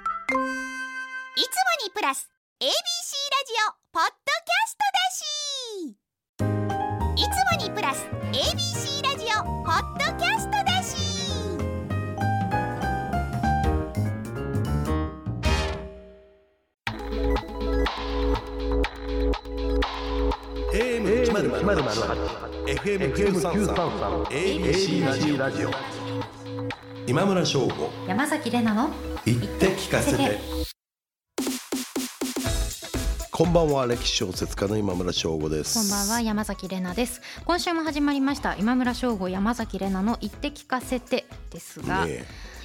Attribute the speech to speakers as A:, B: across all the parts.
A: いつもにプラス ABC ラジオポッドキャストだしいつもにプラス ABC ラジオポッドキャストだし
B: 今村翔吾
C: 山崎れなの
B: 言って聞かせて こんばんは歴史小説家の今村翔吾です
C: こんばんは山崎れなです今週も始まりました今村翔吾山崎れなの言って聞かせてですが、
B: ね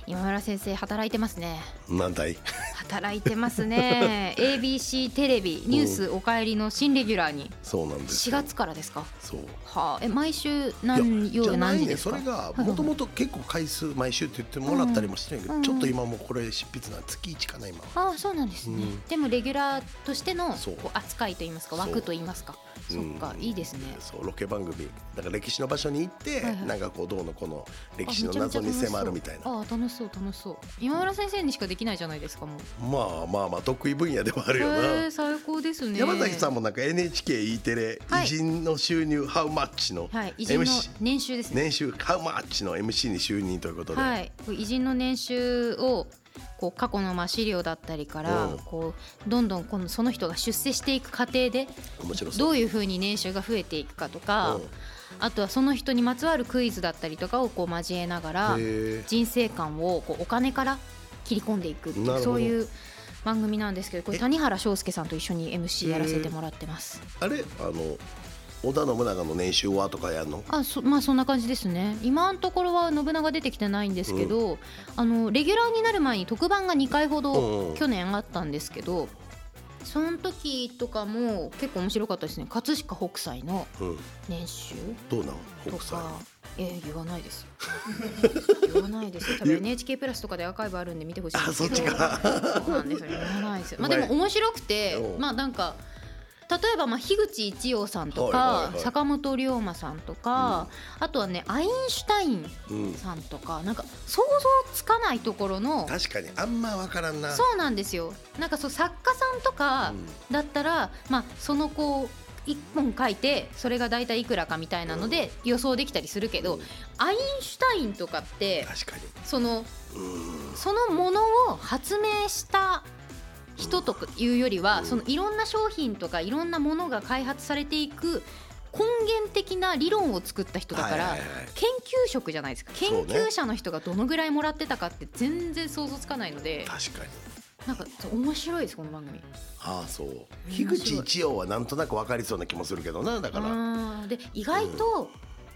C: 今村先生働いてますね
B: えなんだい
C: 働いてますね ABC テレビニュースおかえりの新レギュラーに
B: そうなんです
C: 4
B: よ
C: 月からですか
B: そう
C: はあ、え毎週
B: い
C: 何
B: やじゃ
C: 夜
B: な
C: 何
B: い
C: 時
B: ね
C: です
B: そ
C: か
B: れが
C: いはい
B: もともと結構回数毎週って言ってもらったりもしてるけど、
C: うん
B: ちょっと今もうこれ執筆なんで月1かな今は
C: ああそうなんですね、
B: うん
C: でもレギュラーとしての
B: そう
C: こう扱いといいますか
B: そう
C: 枠といいますかそっか、
B: うん
C: いいですね
B: そうロケ番組だから歴史の場所に行って、
C: はいはい
B: なんかこうどうのこの歴史の謎に迫るみたいな
C: あー楽しそう楽しそう今村先生にしかできないじゃないですかもう
B: まあまあまあ得意分野ではあるよな、
C: へー最高ですね
B: 山崎さん
C: も
B: もなんか NHKE テレ、
C: はい
B: 偉人の収入ハウマッチの
C: はい偉人の
B: MC
C: 年収ですね
B: 年収ハウマッチの MC に就任ということで、
C: はいこう偉人の年収をこう過去のまあ資料だったりから
B: うん
C: こうどんどんこのその人が出世していく過程で
B: 面白そう
C: どういうふうに年収が増えていくかとか
B: うんへ
C: あとはその人にまつわるクイズだったりとかをこう交えながら
B: え
C: 人生観をこうお金から切り込んでいくって
B: なる
C: い
B: ほど
C: うそういう番組なんですけどこれ
B: え
C: 谷原章介さんと一緒に MC やらせてもらってます。
B: あれあの織田信長の年収はとかやんの
C: あそまあそんな感じですね今のところは信長出てきてないんですけど、あのレギュラーになる前に特番が2回ほ
B: うんう
C: ど
B: ん
C: 去年あったんですけど、その時とかも結構面白かったですね葛飾北斎の
B: うん
C: 年収
B: どうなん
C: と
B: 北斎
C: か。えー言わないです よ言わないですよ多分 NHK プラスとかでアーカイブあるんで見てほしいん
B: あ
C: で
B: そ
C: すけ
B: っ
C: ど
B: ちか
C: そうなんですよ言わないですよまあ
B: うま
C: で
B: い
C: も面白くて
B: うん
C: まあなんか例えばまあ樋口一葉さんとか、
B: はいはいはい
C: 坂本龍馬さんとか、あとはねアインシュタイン
B: うん
C: さんとかなんか想像つかないところの
B: 確かにあんまわからんな
C: そうなんですよなんかそう作家さんとか
B: うん
C: だったら、まあそのこう1本書いてそれが大体いくらかみたいなので予想できたりするけど、
B: うん
C: アインシュタインとかって
B: 確かに
C: その
B: うん
C: そのものを発明した人というよりは、
B: うん
C: そのいろんな商品とかいろんなものが開発されていく根源的な理論を作った人だから、
B: はいはいはい
C: 研究職じゃないですか研
B: そうね
C: 究者の人がどのぐらいもらってたかって全然想像つかないので、
B: 確かに
C: なんか面白いですこの番組。
B: ああそう
C: 白い
B: 樋口一葉はなんとなくわかりそうな気もするけどなだから
C: あーで意外と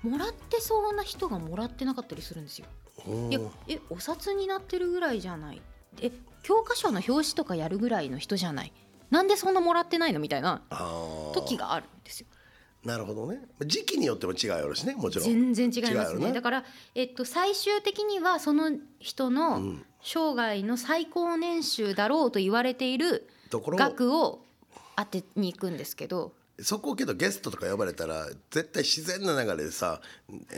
C: もらってそうな人がもらってなかったりするんですよ。
B: うん
C: いやえお札になってるぐらいじゃないえ教科書の表紙とかやるぐらいの人じゃないなんでそんなもらってないのみたいな
B: あー
C: 時があるんですよ
B: なるほどね時期によっても違うやろうしねもちろん
C: 全然違いま
B: 違う
C: す
B: よ
C: ね
B: ね
C: だから、えっと、最終的にはその人
B: う
C: の
B: ん
C: 生涯の最高年収だろうと言われている
B: ところ
C: 額を当てに行くんですけど
B: そこけどゲストとか呼ばれたら絶対自然な流れでさ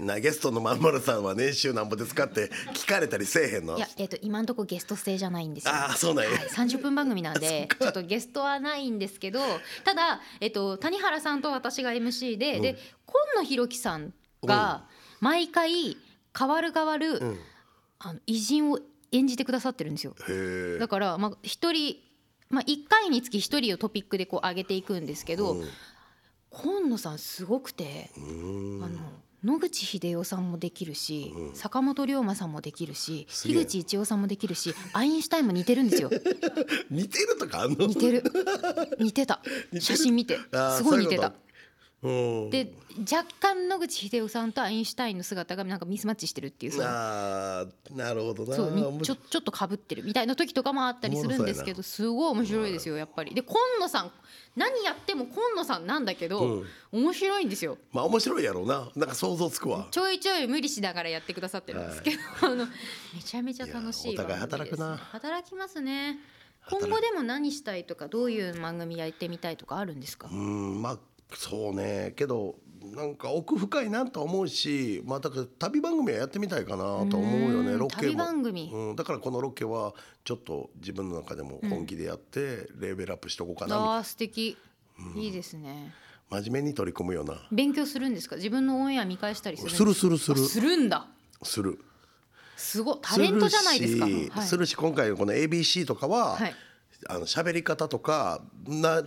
B: なゲストのまんまるさんは年収なんぼですか って聞かれたりせえへんの
C: いや、えっと、今のところゲスト制じゃないんですよ。
B: ああそうなんや、
C: はい、30分番組なんでちょっとゲストはないんですけどただ、えっと、谷原さんと私が MC で、
B: うん
C: で今野博樹さんが毎回変わる変わる、
B: うん、へ
C: あの偉人を演じてくださってるんですよ。
B: え
C: だから、まあ、一人、まあ、1回につき1人をトピックでこう上げていくんですけど、
B: うん
C: 今野さんすごくて、
B: うん
C: あの野口英世さんもできるし、
B: うん
C: 坂本龍馬さんもできるし
B: すげえ
C: 樋口一葉さんもできるしアインシュタインも似てるんですよ。
B: 似てるとかあんの
C: 似てる似てた
B: る
C: 写真見て
B: あー
C: すごい似てた
B: そういうことうん
C: で若干野口英世さんとアインシュタインの姿がなんかミスマッチしてるっていうその
B: あーなるほどな
C: そうみ
B: 面
C: ちょ
B: 白い
C: ちょっとかぶってるみたいな時とかもあったりするんですけどすごい面白いですよやっぱりで今野さん何やっても今野さんなんだけど、面白いんですよ
B: まあ面白いやろうななんか想像つくわ
C: ちょいちょい無理しながらやってくださってるんですけど、あのめちゃめちゃ楽しい
B: いやお互い
C: 番組
B: 働く
C: です
B: な
C: 働きますね今
B: 働く
C: 後でも何したいとかどういう番組やってみたいとかあるんですか、
B: うんまあそうねけどなんか奥深いなと思うし、まあ、だから旅番組はやってみたいかなと思うよね
C: うん
B: ロケ
C: 旅
B: も
C: 番組
B: うん、だからこのロケはちょっと自分の中でも本気でやってレベルアップしとこうかなみたい
C: あ
B: な、
C: あ素敵、いいですね
B: 真面目に取り組むような
C: 勉強するんですか自分のオンエア見返したりするんです
B: するするする
C: あするんだ
B: する
C: すごいタレントじゃないですか
B: するし,、
C: はい
B: するし今回のこの ABC とかは、
C: はい
B: あの喋り方とかな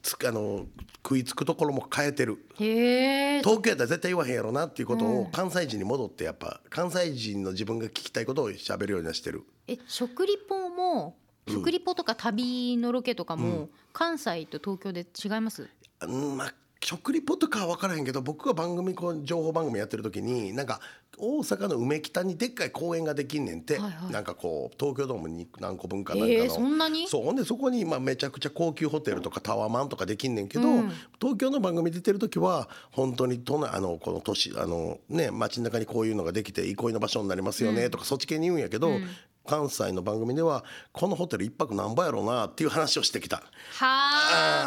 B: つあの食いつくところも変えてる
C: へえ
B: 東京やったら絶対言わへんやろなっていうことを関西人に戻ってやっぱ関西人の自分が聞きたいことを喋るようにはしてる
C: え食リポも食リポとか旅のロケとかも関西と東京で違います
B: うんまあ食リポとかは分からへんけど僕が番組こう情報番組やってる時になんか大阪の梅北にでっかい公園ができんねんて、
C: はいはい
B: なんかこう東京ドームに何個分かなんかの、
C: えーそんなに
B: そうほんでそこにまあめちゃくちゃ高級ホテルとかタワマンとかできんねんけど、
C: うん
B: 東京の番組出てる時は本当に都内あのこの都市あのね街中にこういうのができて憩いの場所になりますよねとか、そっち系に言うんやけど、関西の番組ではこのホテル一泊なんぼやろうなっていう話をしてきた。
C: はあ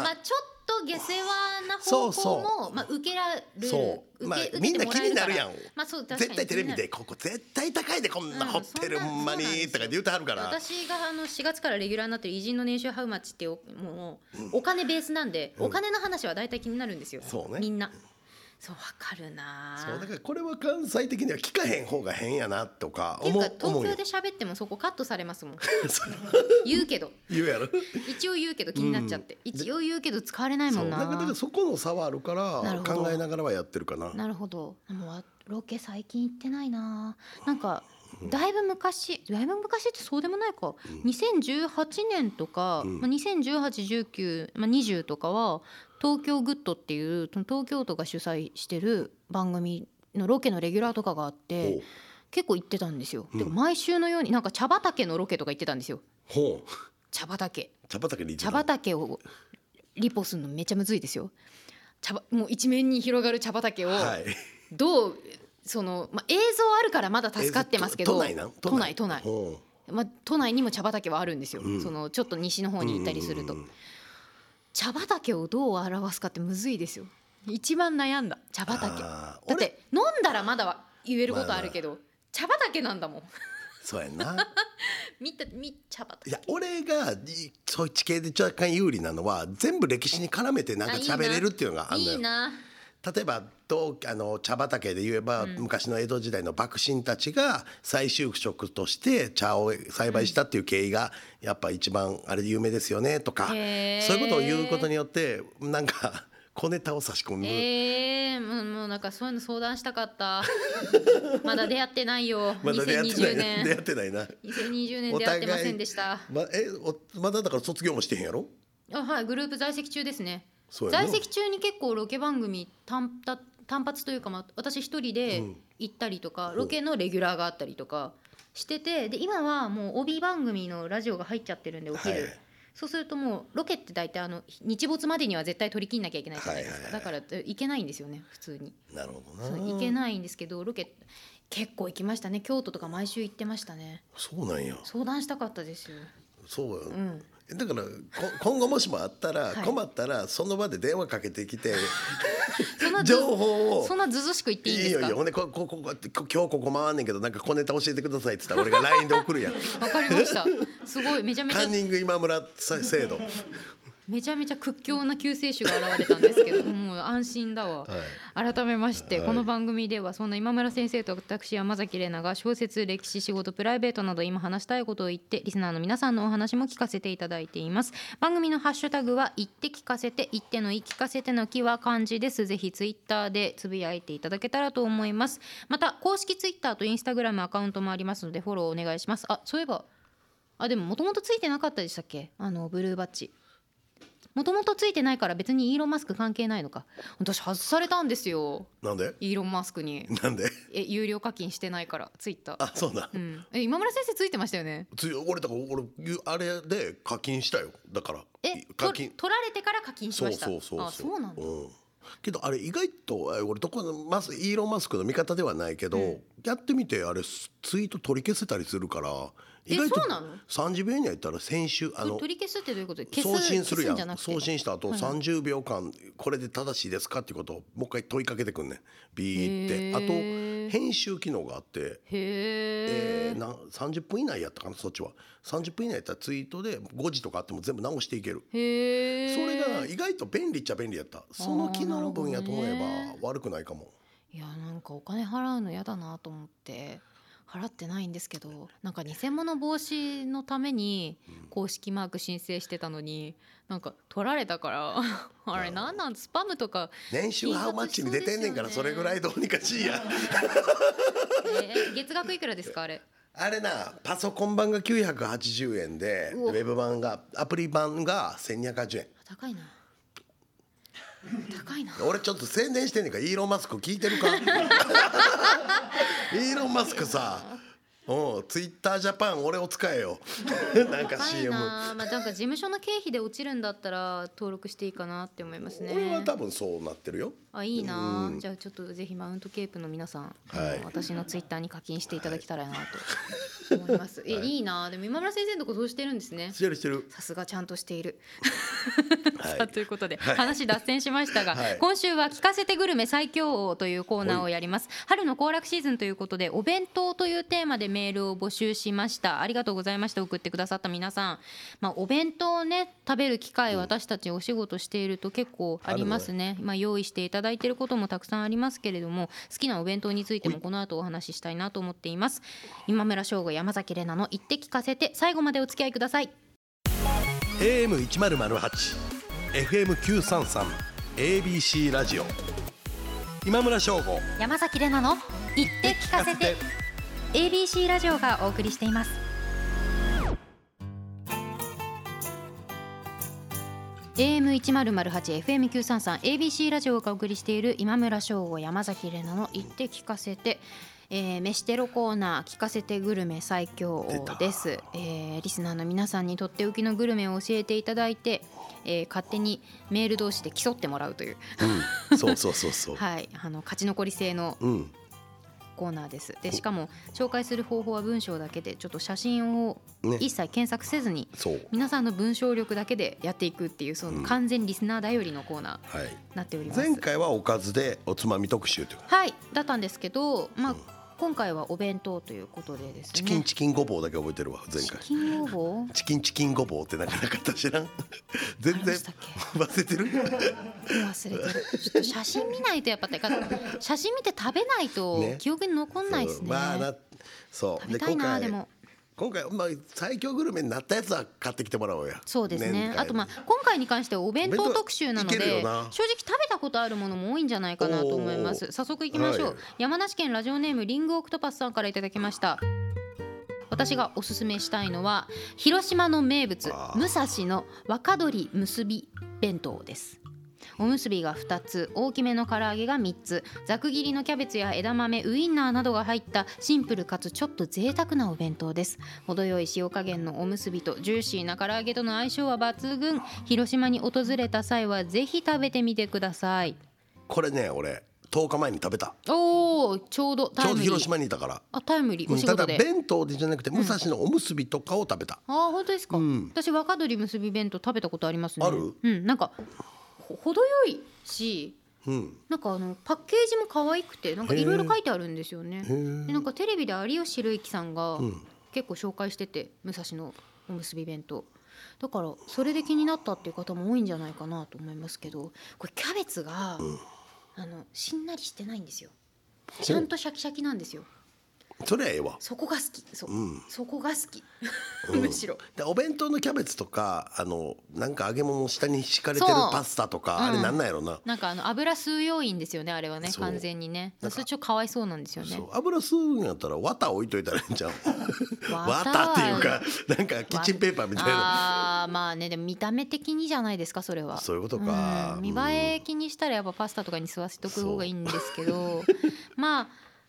B: あー
C: まあちょっと下世話な
B: そう
C: 方
B: そう
C: 向もまあ受けられる
B: そうまあ
C: 受け
B: みんな気になるやん
C: 受けてもらえるからまあそう確かに
B: 絶対テレビでここ絶対高いでこんなホテル
C: うんそんな
B: ほんまに
C: そうなんですよ
B: とかって言うてはるから
C: 私があの4月からレギュラーになってる偉人の年収ハウマッチっていうおもうお金ベースなんで、お金の話は大体気になるんですよ、
B: そうね
C: みんなそうわかるなあ
B: そうだからこれは関西的には聞かへん方が変やなとか
C: ってい
B: 思
C: うか
B: う思
C: 東
B: うよ
C: 京で喋ってもそこカットされますもん
B: そう
C: 言うけど
B: 言うやろ
C: 一応言うけど気になっちゃって、一応言うけど使われないも
B: そ
C: ん
B: うだ
C: な
B: からだからそこの差はあるか
C: な
B: ら
C: るほど
B: 考えながらはやってるかな
C: なるほどもうわロケ最近行ってないななんかだいぶ昔だいぶ昔ってそうでもないか、2018年とか、まあ、201819、まあ、20とかは東京グッドっていうその東京都が主催してる番組のロケのレギュラーとかがあって結構行ってたんですよ、てか毎週のようになんか茶畑のロケとか行ってたんですよ
B: ほうほう
C: 茶畑
B: 茶畑に行って
C: 茶
B: た
C: 畑をリポするのめちゃむずいですよ茶ばもう一面に広がる茶畑を、
B: はい
C: どうその、まあ、映像あるからまだ助かってますけど、
B: えーと都内なん
C: 都内都内
B: ほ
C: まあ、都内にも茶畑はあるんですよ、
B: うん
C: そのちょっと西の方
B: う
C: に行ったりすると、
B: うんうんうん
C: 茶畑をどう表すかってむずいですよ一番悩んだ茶畑だ
B: あー俺
C: って飲んだらまだは言えることあるけど、茶畑なんだもん
B: そうやな
C: 見た見茶畑
B: いや俺がいそういう地形で若干有利なのは全部歴史に絡めてなんか
C: あいいな
B: 喋れるっていうのがあるの
C: い
B: よ
C: いな
B: 例えばどうあの茶畑で言えば、昔の江戸時代の幕臣たちが再就職として茶を栽培したっていう経緯がやっぱ一番あれ有名ですよねとか、
C: へー
B: そういうことを言うことによってなんか小ネタを差し込む、
C: えー、もうもうなんかそういうの相談したかった まだ出会ってないよ、
B: まだ出会って
C: 2020
B: ない出会
C: 年
B: ってないな。
C: 2020年出会ってませんでした
B: まえおまだだから卒業もしてへんやろ
C: あはいグループ在籍中ですね
B: そうやな
C: 在籍中に結構ロケ番組単た単発というか、まあ、私一人で行ったりとか、ロケのレギュラーがあったりとかしててで今はもう帯番組のラジオが入っちゃってるんでお昼、
B: はい
C: そうするともうロケって大体あの日没までには絶対取り切んなきゃいけないじゃないです
B: はい
C: か、
B: はいは
C: だからえ行けないんですよね普通に
B: なるほど
C: そう
B: な
C: 行けないんですけどロケ結構行きましたね京都とか毎週行ってましたね
B: そうなんや
C: 相談したかったですよ
B: そうや、
C: ん
B: だからこ今後もしもあったら、
C: はい
B: 困ったらその場で電話かけてきて
C: そんなず
B: 情報を
C: そんなずずしく言っていいんです
B: よ
C: か
B: いいよほんでこここここ今日ここ回んねんけどなんか小ネタ教えてくださいって言ったら俺が LINE で送る やん
C: わかりました。すごいめちゃめち
B: カ
C: ゃ
B: ンニング今村制度
C: めちゃめちゃ屈強な救世主が現れたんで すけど、もう安心だわ。改めまして、
B: はい
C: この番組ではそんな今村先生と私山崎怜奈が小説歴史仕事プライベートなど今話したいことを言ってリスナーの皆さんのお話も聞かせていただいています番組のハッシュタグは言って聞かせて言っての言い聞かせての木は漢字ですぜひツイッターでつぶやいていただけたらと思いますまた公式ツイッターとインスタグラムアカウントもありますのでフォローお願いしますあそういえばあでももともとついてなかったでしたっけあのブルーバッジもともとついてないから別にイーロン・マスク関係ないのか私外されたんですよ
B: なんで
C: イーロン・マスクに
B: なんで
C: え有料課金してないからツイッター、
B: あそうだ、
C: うん、え今村先生ついてましたよね
B: つ俺だから俺あれで課金したよだから
C: え
B: 課
C: と
B: 金
C: 取られてから課金し
B: そう
C: ました
B: そうそう
C: あそうなんだ、
B: んけどあれ意外とえ俺どこのマスイーロン・マスクの味方ではないけど、やってみてあれツイート取り消せたりするから意外と
C: そうなの
B: 30秒以内やったら先週あの
C: 取り消すってどういうこと消
B: 送
C: す
B: 信するや
C: 消んじゃなんくて
B: 送信した後
C: はいはい
B: 30秒間これで正しいですかっていうことをもう一回問いかけてくんねんビー
C: へ
B: ってあ
C: ー
B: と編集機能があって
C: へ
B: え
C: え
B: ー、な30分以内やったかなそっちは30分以内やったらツイートで5時とかあっても全部直していける
C: へえ
B: それが意外と便利っちゃ便利やったその機能の分やと思え
C: あーなるほどね
B: ば悪くないかも
C: いやなんかお金払うの嫌だなと思って払ってないんですけどなんか偽物防止のために公式マーク申請してたのになんか取られたから あれなんなんスパムとか、
B: 年収ハウマッチに出てんねんから
C: そ
B: そう
C: で
B: れ
C: すよね
B: ぐらいどうにかしいや
C: えー月額いくらですかあれ
B: あれなパソコン版が980円で
C: うお
B: ウェブ版がアプリ版が1280円
C: 高いな高いな
B: 俺ちょっと宣伝してんねんからイーロン・マスク聞いてるか イーロン・マスクさうんツイッタージャパン俺を使えよ なんか
C: 高い
B: CM
C: な、まあ、なんか事務所の経費で落ちるんだったら登録していいかなって思いますね
B: 俺は多分そうなってるよ
C: あいいな、じゃあちょっとぜひマウントケープの皆さん、
B: はい
C: あの私のツイッターに課金していただけたらなと思います、えいいなでも今村先生のとこそうしてるんですね
B: してるしてる
C: さすがちゃんとしている、
B: はい
C: さあということで、話脱線しましたが、
B: はい
C: 今週は聞かせてグルメ最強王というコーナーをやります春の行楽シーズンということでお弁当というテーマでメールを募集しましたありがとうございました送ってくださった皆さんまあお弁当をね食べる機会私たちお仕事していると結構ありますねまあ用意していただいていることもたくさんありますけれども好きなお弁当についてもこの後お話ししたいなと思っています今村翔吾山崎怜奈の言って聞かせて最後までお付き合いください
B: AM1008FM933 ABC ラジオ今村翔吾
C: 山崎怜奈の言って聞かせて ABC ラジオがお送りしています。AM 一0 0 8 FM 九三三 ABC ラジオがお送りしている今村翔吾山崎玲奈の言って聞かせて。えー、飯テロコーナー聞かせてグルメ最強
B: 出た
C: です、えーリスナーの皆さんにとっておきのグルメを教えていただいて、えー勝手にメール同士で競ってもらうという、
B: うんそうそうそうそう、
C: はい、あの勝ち残り制の
B: うん
C: コーナーですでしかも紹介する方法は文章だけでちょっと写真を
B: ね
C: 一切検索せずに、
B: そう
C: 皆さんの文章力だけでやっていくっていうその
B: うん
C: 完全リスナー頼りのコーナ
B: はい
C: ーになっております、
B: 前回はおかずでおつまみ特集というか
C: はいだったんですけどまあ、
B: うん
C: 今回はお弁当ということでですね
B: チキンチキンごぼうだけ覚えてるわ前回
C: チキンごぼう
B: チキンチキンごぼうってなかなかった 知らん
C: あ
B: 全
C: りま
B: 然
C: したっけ
B: 忘れてる
C: 忘れてるちょっと写真見ないとやっぱってか写真見て食べないと
B: ね
C: 記憶に残んないですね
B: まあなそう
C: 食べたいなでも
B: 今回まあ最強グルメになったやつは買ってきてもらおうや
C: そうです
B: 年
C: ね
B: 間。や
C: あとまあ今回に関してはお弁
B: お
C: 当
B: 弁当
C: 特集なので
B: い
C: 正
B: けるよ
C: 直
B: な
C: 食べたことあるものも多いんじゃないかなと思いま
B: お
C: す。
B: ー
C: 早速いきましょう。
B: はい
C: 山梨県ラジオネームリングオクトパスさんからいただきました。私がおすすめしたいのは広島の名物
B: あー
C: 武蔵の若鶏むすび弁当ですおむすびが2つ大きめの唐揚げが3つざく切りのキャベツや枝豆ウインナーなどが入ったシンプルかつちょっと贅沢なお弁当です程よい塩加減のおむすびとジューシーな唐揚げとの相性は抜群広島に訪れた際はぜひ食べてみてください
B: これね俺10日前に食べた
C: おーちょうど
B: ち
C: タ
B: ょ
C: イ
B: うど
C: ムリー
B: 広島にいたから
C: あタイムリー
B: う
C: お
B: ん
C: 仕
B: ただ
C: 事で、
B: 弁当でじゃなくて武蔵のおむすびとかを食べた
C: あー本当ですか、
B: うん
C: 私若鶏結び弁当食べたことありますね
B: ある
C: うんなんかほ程よいし
B: うん
C: なんかあのパッケージも可愛くてなんかいろいろ書いてあるんですよね
B: へー
C: でなんかテレビで有吉弘行さんが
B: ん
C: 結構紹介してて武蔵のおむすび弁当だからそれで気になったっていう方も多いんじゃないかなと思いますけどこれキャベツが、あのしんなりしてないんですよちゃんとシャキシャキなんですよ
B: それはええわ
C: そこが好きそう、
B: うん
C: そこが好き、
B: うん
C: むしろ
B: でお弁当のキャベツとかあのなんか揚げ物の下に敷かれてる
C: そう
B: パスタとか、
C: うん
B: あれなんなんやろな、
C: なんかあの油吸う要因ですよねあれはね
B: そう
C: 完全にね
B: なんか
C: それちょっとかわいそうなんですよね
B: そう油吸うんやったら綿置いといたらいいんじゃん
C: わ
B: 綿
C: た
B: っていうかなんかキッチンペーパーみたいな
C: あーまあねでも見た目的にじゃないですかそれは
B: そういうことか
C: うん見栄え気にしたらやっぱパスタとかに吸わせとく方がいいんですけど まあ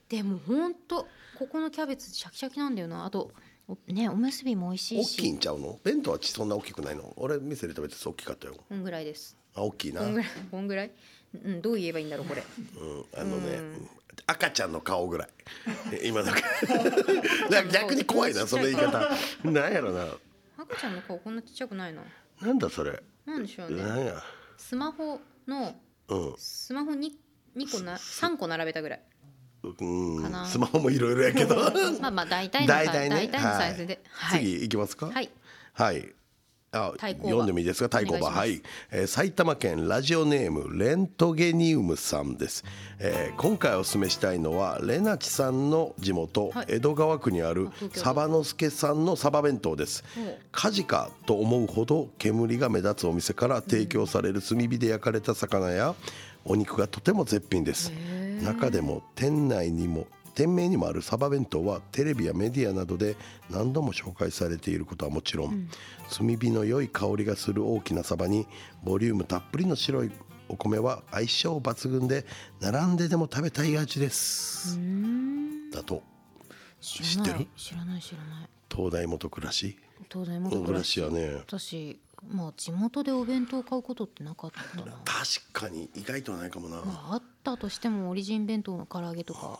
C: でもほんとここのキャベツシャキシャキなんだよなあとおねおむすびも美味しい
B: 大きい
C: し
B: んちゃうの弁当はちそんな大きくないの俺店で食べてそう大きかったよ
C: こんぐらいです
B: あ大きいな
C: こんぐらいこんぐらいうん、どう言えばいいんだろうこれ
B: うんあのね、赤ちゃんの顔 ぐらい今なんかなんか逆に怖いなその言い方なんやろな
C: 赤ちゃんの顔こんなちっちゃくないな
B: なんだそれ
C: なんでしょう
B: な
C: ね
B: んや
C: スマホの
B: うん
C: スマホに二個な3個並べたぐらい
B: う
C: か
B: ん
C: な
B: スマホもいろいろやけど
C: まあまあ大体の
B: 大体ね
C: 大体のサイズで
B: は、
C: はいい
B: 次いきますか
C: はい
B: はいあ
C: 対抗馬
B: 読んでもいいですか対抗馬
C: お願
B: はいい、えー埼玉県ラジオネームレントゲニウムさんです、えー今回お勧めしたいのはレナチさんの地元、
C: はい
B: 江戸川区にある
C: あ東京
B: サバノスケさんのサバ弁当です
C: ほう
B: 火事かと思うほど煙が目立つお店から提供される炭火で焼かれた魚やお肉がとても絶品です中でも店内にも店名にもあるサバ弁当はテレビやメディアなどで何度も紹介されていることはもちろん、炭火の良い香りがする大きなサバにボリュームたっぷりの白いお米は相性抜群で並んででも食べたい味です、だと
C: 知
B: 知ってる
C: 知らない知らない
B: 東大元暮らし
C: 東大元
B: 暮
C: 暮
B: ら
C: らし
B: しやね
C: 私まあ地元でお弁当を買うことってなかったな
B: 確かに意外とはないかもな、
C: まああったとしてもオリジン弁当の唐揚げとかを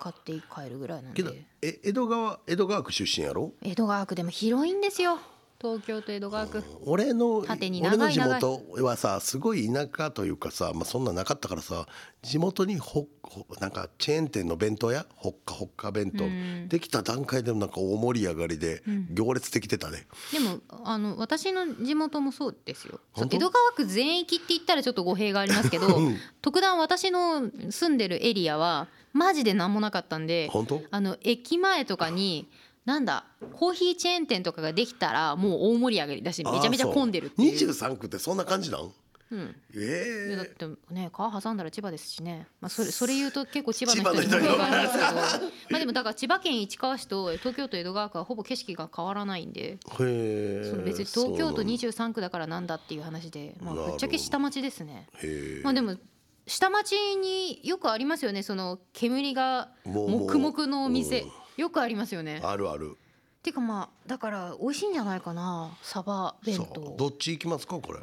C: 買って帰るぐらいなん
B: けど
C: で
B: え江戸川江戸川区出身やろ
C: 江戸川区でも広いんですよ東京と江戸川区
B: 俺の
C: 縦に長
B: 俺
C: い
B: の地元はさすごい田舎というかさ、まあ、そんななかったからさ地元にほほなんかチェーン店の弁当やほっかほっか弁当、
C: うん
B: できた段階でもなんか大盛り上がりで
C: ん
B: 行列できてたね、
C: でもあの私の地元もそうですよそう
B: 本当
C: 江戸川区全域って言ったらちょっと語弊がありますけど 特段私の住んでるエリアはマジで何もなかったんで
B: 本当
C: あの駅前とかになんだコーヒーチェーン店とかができたらもう大盛り上がりだしめちゃめちゃ混んでるって
B: 二
C: いう
B: 十三区ってそんな感じなん
C: うんいやだっ
B: ええ
C: てね川挟んだら千葉ですしね、まあ、それそれ言うと結構千葉
B: 千葉
C: の
B: の
C: 人に
B: 人に
C: 不評がありますけど まあでもだから千葉県市川市と東京都江戸川区はほぼ景色が変わらないんで
B: へえ
C: そう別に東京都
B: 二
C: 23区だからなんだっていう話で、まあ、
B: なるほど
C: ぶっちゃけ下町ですね。
B: へえ
C: まあ、でも下町によくありますよねその煙が
B: もうもう
C: 黙々のお店
B: うん
C: よくありますよね。
B: あるある
C: ていうかまあだから美味しいんじゃないかなサバ弁
B: さあ
C: 当
B: どっち行きますかこれ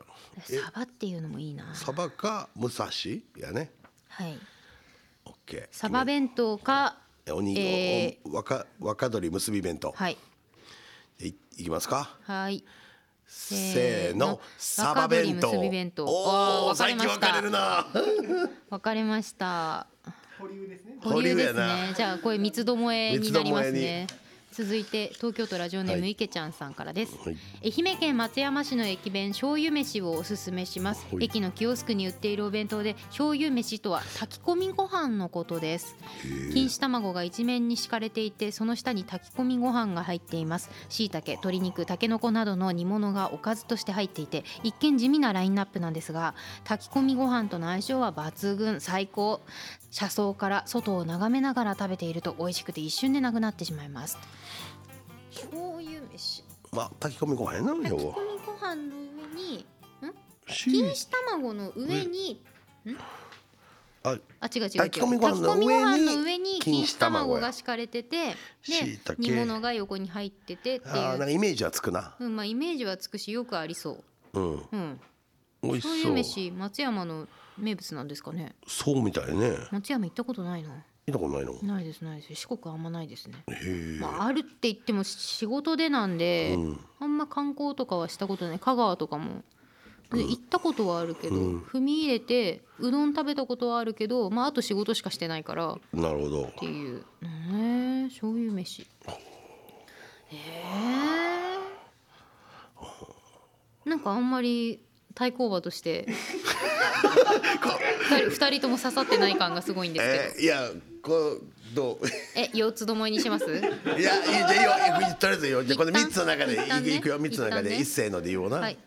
B: え
C: サバっていうのもいいな。
B: サバか武蔵やね
C: はい
B: オッケー
C: サバ弁当か、
B: おに、
C: え
B: お若若鶏結び弁当、
C: はい
B: い、いきますか
C: はい
B: せ
C: せ
B: ー
C: ー
B: の
C: の
B: サバ弁当
C: 若鶏結び弁当
B: お
C: あ
B: お
C: ー分か
B: 最
C: れま
B: 近
C: した
B: 分かれるな
C: 分かれました
B: 保
C: 保
B: 留
C: 留
B: や
C: です
B: な
C: ねじゃあこれ三つどもえになります
B: 三つどもえ
C: ね続いて東京都ラジオネーム、
B: はい
C: い、けちゃんさんからです、
B: はい
C: 愛媛県松山市の駅弁醤油飯をおすすめします、
B: はい
C: 駅のキオスクに売っているお弁当で醤油飯とは炊き込みご飯のことです錦糸卵が一面に敷かれていてその下に炊き込みご飯が入っています椎茸、鶏肉、たけのこなどの煮物がおかずとして入っていて一見地味なラインナップなんですが炊き込みご飯との相性は抜群最高車窓から外を眺めながら食べていると美味しくて一瞬でなくなってしまいます醤油飯
B: まあ炊き込みご飯やな
C: 炊
B: 要
C: き込み
B: は
C: ご飯の上に
B: し
C: 錦糸卵の上に
B: あ
C: あ違う違う違う
B: 炊き込みご飯の上に
C: 炊き込みご飯の上に
B: 錦糸
C: 錦糸
B: 卵
C: 卵が敷かれてて
B: 椎
C: で
B: 茸
C: 煮物が横に入っててって
B: あー
C: い
B: なん
C: う、
B: かイメージはつくな
C: うん、まあイメージはつくしよくありそ
B: うん
C: う、うん、
B: 美味し
C: 醤
B: そ
C: 油
B: う
C: 飯松山の名物なんですかね
B: そうみたいね
C: 松山行ったことないな
B: 見たことないの
C: ないですないです四国あんまないですね、
B: へえ、
C: まあ、あるって言っても仕事でなんで、
B: うん
C: あんま観光とかはしたことない香川とかもで行ったことはあるけど、
B: うん
C: 踏み入れてうどん食べたことはあるけど、まあ、あと仕事しかしてないからっ
B: なるほど
C: ていうね醤油飯えー、なんかあんまり対抗馬として 二人二人とも刺さってない感がすごいんです
B: え
C: けど
B: ー、いやこう ど
C: え四つどもえにします
B: ういやいやじゃあいいよとりあえずいいよじゃあこの
C: 一旦
B: 三つの中で
C: 一旦ね
B: いいくよ三つの中
C: 一
B: で
C: 旦ね
B: 一斉ので言おうな、
C: はい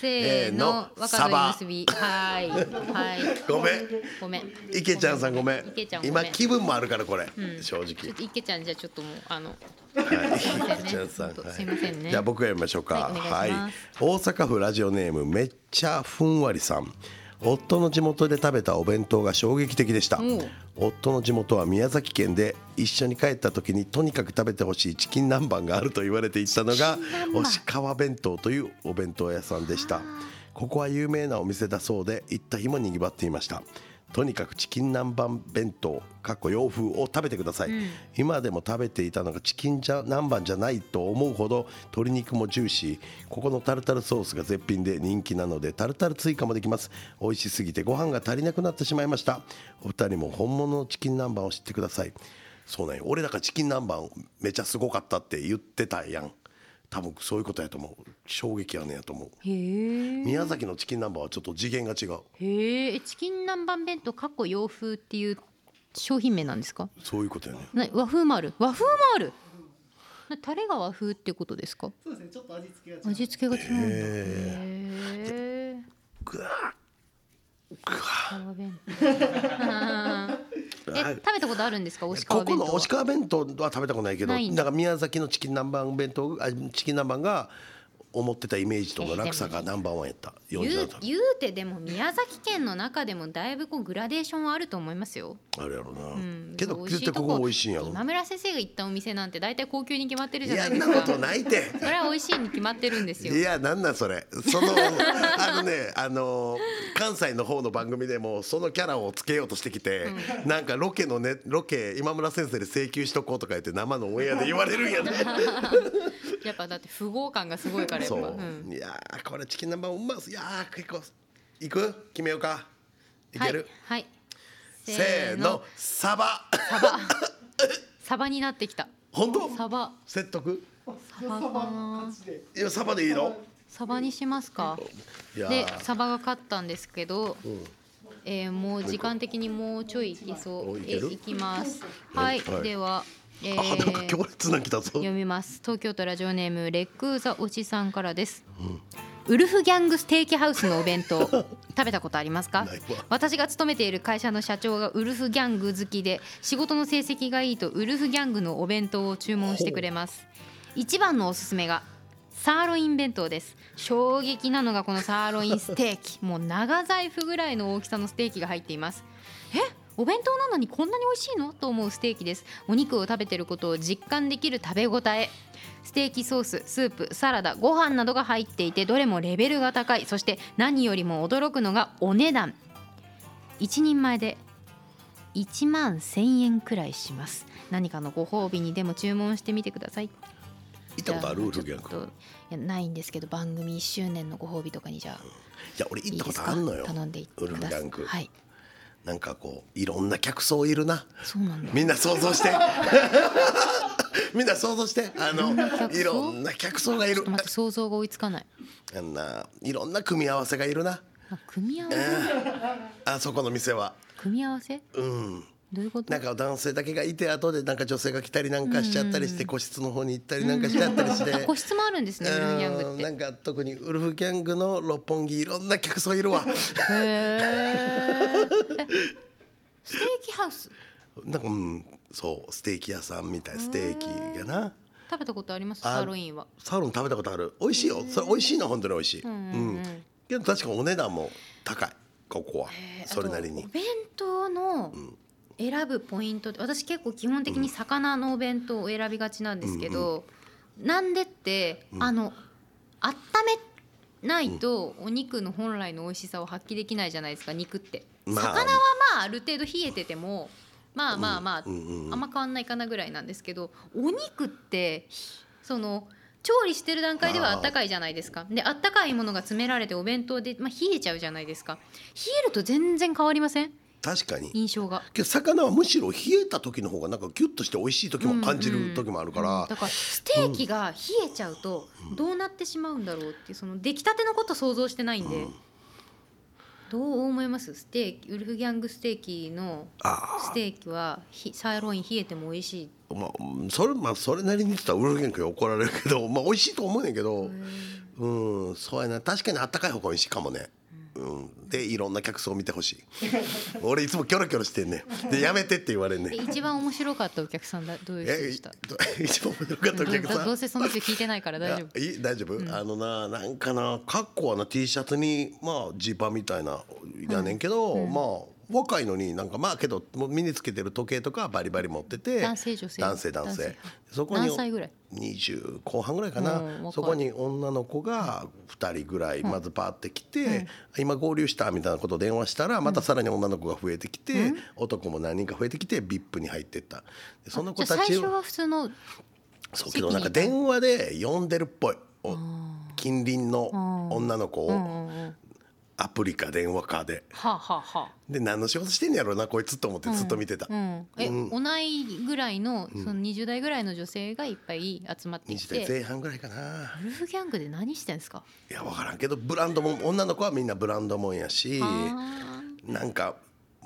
C: せ
B: せー
C: ーの
B: の
C: 若
B: サバ
C: 鶏結びはいはい
B: ごめん
C: ごめん
B: 池ちゃんさんごめん
C: 池ちゃんごめ
B: 今
C: ん
B: 気分もあるからこれ、正直
C: ちょっと池ちゃんじゃあちょっともうあの
B: はい、
C: ね
B: ちゃんさん、
C: 本当
B: はい
C: すいませんね
B: じゃあ僕が読みましょうか。は、
C: はいいお願いし
B: 大阪府ラジオネームめっちゃふんわりさん。夫の地元で食べたお弁当が衝撃的でした
C: おう
B: 夫の地元は宮崎県で一緒に帰った時にとにかく食べてほしいチキン南蛮があると言われていたのが
C: チキン南蛮
B: 押川弁当というお弁当屋さんでしたここは有名なお店だそうで行った日もにぎわっていましたとにかくチキン南蛮弁当かっこ洋風を食べてください、
C: うん
B: 今でも食べていたのがチキンじゃ南蛮じゃないと思うほど鶏肉もジューシーここのタルタルソースが絶品で人気なのでタルタル追加もできます美味しすぎてご飯が足りなくなってしまいましたお二人も本物のチキン南蛮を知ってくださいそうね俺だからチキン南蛮めちゃすごかったって言ってたやん多分そういうことやと思う衝撃やねんやと思う
C: へえ
B: 宮崎のチキン南蛮はちょっと次元が違う
C: へえチキン南蛮弁当かっこ洋風っていう商品名なんですか
B: そういうことやね
C: な和風もある和風もあるなタレが和風ってことですか
D: そうですね、ちょっと味付けが違う。
C: 味付けが違うんだへえ
B: ぐわー
C: 川弁 当え食べたことあるんですか押川
B: ここ
C: 弁当
B: の
C: は
B: 押川弁当は食べたことないけど
C: ないんだ
B: なんか宮崎のチキン南蛮弁当あチキン南蛮が思ってたイメージとの落差がナンバーワンやった
C: 言
B: 47
C: う言うてでも宮崎県の中でもだいぶこうグラデーションはあると思いますよ、
B: あれやろな、
C: うん、
B: けど絶対ここ美味しいんやろ
C: 今村先生が行ったお店なんて大体高級に決まってる
B: い
C: じゃな
B: や
C: いです
B: な
C: か
B: ことないっ て
C: それは美味しいに決まってるんですよ
B: いやなんなんそれそのあのねあの関西の方の番組でもそのキャラをつけようとしてきて、なんかロケのねロケ今村先生で請求しとこうとか言って生のオンエアで言われるんやね
C: やっぱだって富豪感がすごいからやっぱ
B: そう、
C: ん
B: いやーこれチキン南蛮うまそういやー結構いく決めようかいける、
C: はい、はい、
B: せーのサバ
C: サバになってきた
B: 本当
C: サバ
B: 説得
C: サバかな
B: はいやサバでいいの
C: サバにしますか
B: いや
C: で
B: ー
C: サバが勝ったんですけど、えーもう時間的にもうちょいいきそう
B: おい
C: え
B: ける
C: ーいきますはい、
B: はい
C: では、えー
B: あなんか強烈なの来たぞ
C: 読みます東京都ラジオネームレックーザおじさんからです、ウルフギャングステーキハウスのお 弁当食べたことありますか
B: ないわ
C: 私が勤めている会社の社長がウルフギャング好きで仕事の成績がいいとウルフギャングのお弁当を注文してくれます一番のおすすめがサーロイン弁当です衝撃なのがこのサーロインステー キもう長財布ぐらいの大きさのステーキが入っていますえお弁当なのにこんなに美味しいのと思うステーキですお肉を食べてることを実感できる食べ応えステーキソーススープサラダご飯などが入っていてどれもレベルが高いそして何よりも驚くのがお値段一人前で1万1000円くらいします何かのご褒美にでも注文してみてください
B: 行ったことあるウルフギャン
C: ちょっ
B: グ
C: といやないんですけど番組1周年のご褒美とかにじゃあ
B: いや俺行っ
C: いい
B: たこ
C: です
B: と
C: か
B: あんのよ
C: 頼んでいって
B: ウル
C: く
B: フギ
C: ださ
B: ャ
C: い
B: ング、
C: はい
B: なんかこういろんな客層いるな
C: そうなんだ
B: みんな想像して みんな想像してあのいろんな客層がいる
C: ちょっと待って想像が追いつかない
B: あんないろんな組み合わせがいるな
C: あ組み合わせ
B: あそこの店は
C: 組み合わせ
B: うん
C: どういうこと
B: なんか男性だけがいて後でなんか女性が来たりなんかしちゃったりして個室の方に行ったりなんかしちゃったりして
C: あ個室もあるんですねウルフギャング
B: う
C: っ
B: ん
C: て
B: なんか特にウルフギャングの六本木いろんな客層いる わ
C: へーえステーキハウス
B: なんかうんそうステーキ屋さんみたいステーキがな
C: 食べたことあります
B: あ
C: サーロインは
B: サーロン食べたことある美味しいよそれ美味しいの本当に美味しいうんけど確かお値段も高いここは
C: えー
B: それなりに
C: あとお弁当の選ぶポイントって私結構基本的に魚のお弁当を選びがちなんですけど、なんでって、あの温めないとお肉の本来の美味しさを発揮できないじゃないですか肉って、
B: まあ
C: 魚はまあある程度冷えててもまあまあまあ、
B: うんうんうん
C: あんま変わんないかなぐらいなんですけどお肉ってその調理してる段階ではあったかいじゃないですかであったかいものが詰められてお弁当で、まあ、冷えちゃうじゃないですか冷えると全然変わりません
B: 確かに
C: 印象が
B: けど魚はむしろ冷えた時の方がなんかギュッとして美味しい時も感じる時もあるから、
C: だからステーキが冷えちゃうとどうなってしまうんだろうっていうその出来たてのこと想像してないんで、どう思いますステーキウルフギャングステーキの
B: あ
C: ステーキはひサーロイン冷えても美味しい
B: まあ、それまあそれなりに言ってたらウルフゲンクに怒られるけど、まあ、美味しいと思うねんけどうんそうやな確かにあったかい方が美味しいかもね、うん、でいろんな客層を見てほし い俺いつもキョロキョロしてんねんでやめてって言われんねん
C: で一番面白かったお客さんだどういう人
B: え
C: で
B: い
C: した
B: ど 一番面白かったお客
C: ど
B: さ
C: うんどうせその人聞いてないから大丈夫
B: いやいい大丈夫、あのななんかなかっこはな T シャツにまあジーパンみたいなやねんけど、まあ若いのになんかまあけどもう身につけてる時計とかバリバリ持ってて
C: 男性女性
B: 男性男性
C: 男性
B: そこに
C: 何歳ぐらい
B: 20後半ぐらいか
C: うん若
B: ないそこに女の子が2人ぐらいまずパーって来て、今合流したみたいなことを電話したらまたさらに女の子が増えてきて、男も何人か増えてきて VIP に入ってったでその子
C: じゃ
B: た
C: あ最
B: ち
C: 初
B: を
C: は普通の
B: そうけどなんか電話で呼んでるっぽいお近隣の女の子
C: うん
B: を
C: うんうん
B: アプリか電話かで
C: はあ、はあは
B: で何の仕事してんやろうなこいつと思って
C: あ、
B: ずっと見てた
C: う。んえ、
B: うん
C: 同いぐらいのその20代ぐらいの女性がいっぱい集まってき
B: 20
C: て、
B: 代前半ぐらいかな
C: ウルフギャングで何してんですか
B: いや分からんけどブランドもん女の子はみんなブランドもんやし
C: あー
B: なんか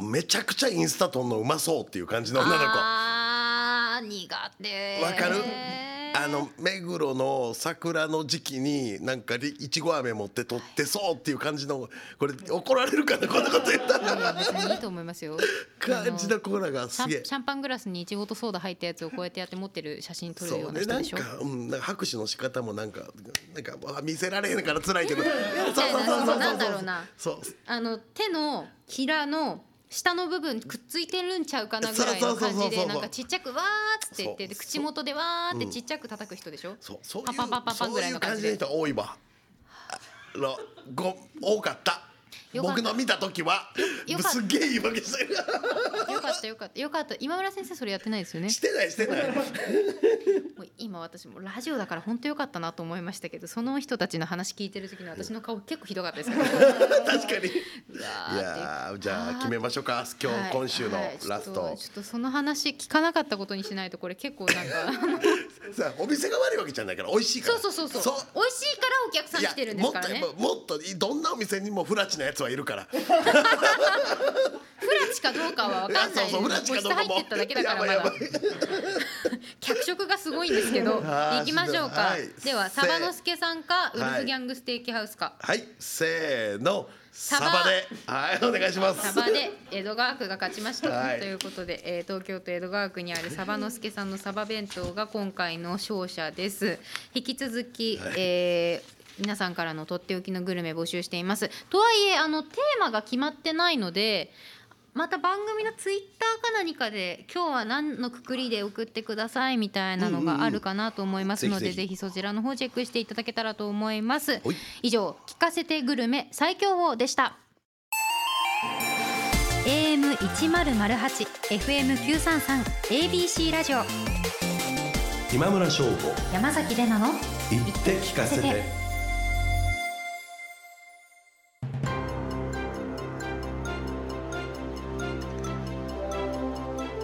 B: めちゃくちゃインスタ撮んのうまそうっていう感じの女の子あ
C: あー苦手
B: わかるの目黒の桜の時期になんかりいちご飴持って撮ってそうっていう感じのこれ怒られるかなこんなこと言った
C: いやいや
B: ら
C: 別にいいと思いますよ
B: 感じ
C: あ
B: の
C: の
B: 子らが
C: シャ
B: す
C: ン
B: げえ
C: シャンパングラスにいちごとソーダ入ったやつをこうやってやって持ってる写真撮
B: そ
C: るよう
B: う
C: な
B: ね
C: 人
B: なん
C: でしょ
B: か,、うん、なんか拍手の仕方もなんかなんかあ見せられへんから辛い けどいやそうそうそうそうそう
C: なんだろうな
B: そう
C: あの手のひらの下の部分くっついてるんちゃうかなぐらいの感
B: そ
C: じ
B: うそうそうそうそ
C: で
B: う
C: なんかちっちゃくわーっつって言ってで
B: そう
C: 口元でわーってちっちゃく叩く人でしょ
B: そうそういう
C: パパパパパぐらいの感じ
B: そうい
C: で
B: う感じの人多いわあのご多かった
C: よかった
B: 僕の見た時は
C: よかった
B: すっげえ言い訳してる
C: よかったよかったよかった今村先生それやってないですよね
B: してないして ない
C: もう今私もラジオだから本当よかったなと思いましたけどその人たちの話聞いてる時の私の顔結構ひどかったですから
B: 確かに
C: うわーっ
B: い
C: て
B: やーじゃあ決めましょうか今日、
C: はい
B: 今週の
C: はいちょっと
B: ラスト、
C: ちょっとその話聞かなかったことにしないとこれ結構な んか
B: さあお店が悪いわけじゃないから美味しいか
C: そう
B: ら
C: そうそうそう美味しいからお客さん来てるんですからね
B: いやもっともっとどんなお店にもフラチなやつはいるから
C: フラチかどうかは分かんない
B: いやそうそうフラチかどうかも
C: 個室入ってっただけだからま
B: やば
C: だ
B: い
C: 脚色がすごいんですけど
B: あー
C: 行きましょうか、
B: はい
C: では
B: せ
C: サバの助さんかウル
B: はい
C: フギャングステーキハウスか、
B: はいせーのサ
C: バ
B: バではいお願いします
C: サバで江戸川区が勝ちました、
B: はい
C: ということで、えー東京都江戸川区にあるサバの助さんのサバ弁当が今回の勝者です引き続き、えー皆さんからのとっておきのグルメ募集していますとはいえあのテーマが決まってないのでまた番組のツイッターか何かで今日は何のくくりで送ってくださいみたいなのがあるかなと思いますので、
B: ぜひぜ
C: ぜひそちらの方チェックしていただけたらと思います
B: ほい
C: 以上聞かせてグルメ最強王でした AM 一ゼロゼロ八 FM 九三三 ABC ラジオ
B: 今村翔吾
C: 山崎れなの
B: 言って聞か
C: せて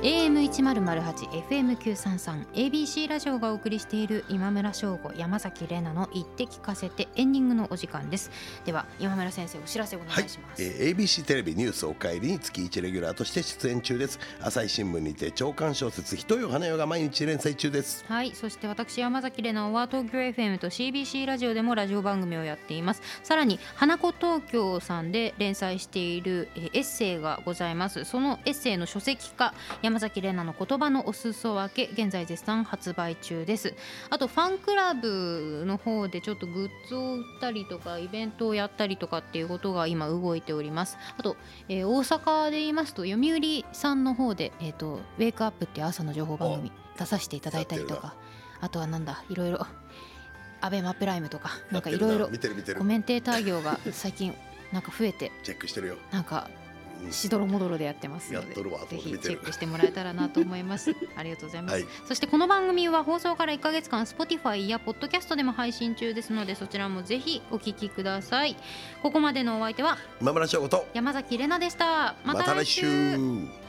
C: AM 一ゼロゼロ八 FM 九三三 ABC ラジオがお送りしている今村翔吾山崎れなの言って聞かせてエンディングのお時間ですでは今村先生お知らせお願い
B: はい
C: しま、す、
B: えー ABC テレビニュースおかえりに月1レギュラーとして出演中です朝日新聞にて長官小説ひとよ花よが毎日連載中です
C: はい、そして私山崎れなは東京 FM と CBC ラジオでもラジオ番組をやっていますさらに花子東京さんで連載しているえーエッセイがございますそのエッセイの書籍化山崎れなの言葉のお裾分け現在絶賛発売中ですあとファンクラブの方でちょっとグッズを売ったりとかイベントをやったりとかっていうことが今動いておりますあと、えー大阪で言いますと読売さんの方で、えー、とウェイクアップっていう朝の情報番組出させていただいたり
B: や
C: と
B: って
C: かあとはなんだいろいろアベマプライムとかなんか
B: や
C: い
B: ってる
C: ろいろ
B: 見てる見てる
C: コメンテーター業が最近なんか増えて
B: チェックしてるよ、
C: なんか
B: うん
C: しどろもどろでやってますの
B: や
C: で
B: っとるわ
C: ぜひ
B: 見て
C: チ
B: る
C: ェックしてもらえたらなと思い ますありがとうございます、
B: はい
C: そしてこの番組は放送から1ヶ月間 Spotify や Podcast でも配信中ですのでそちらもぜひお聞きくださいここまでのお相手は
B: 今村翔吾と
C: 山崎れなでしたまた来週
B: また来週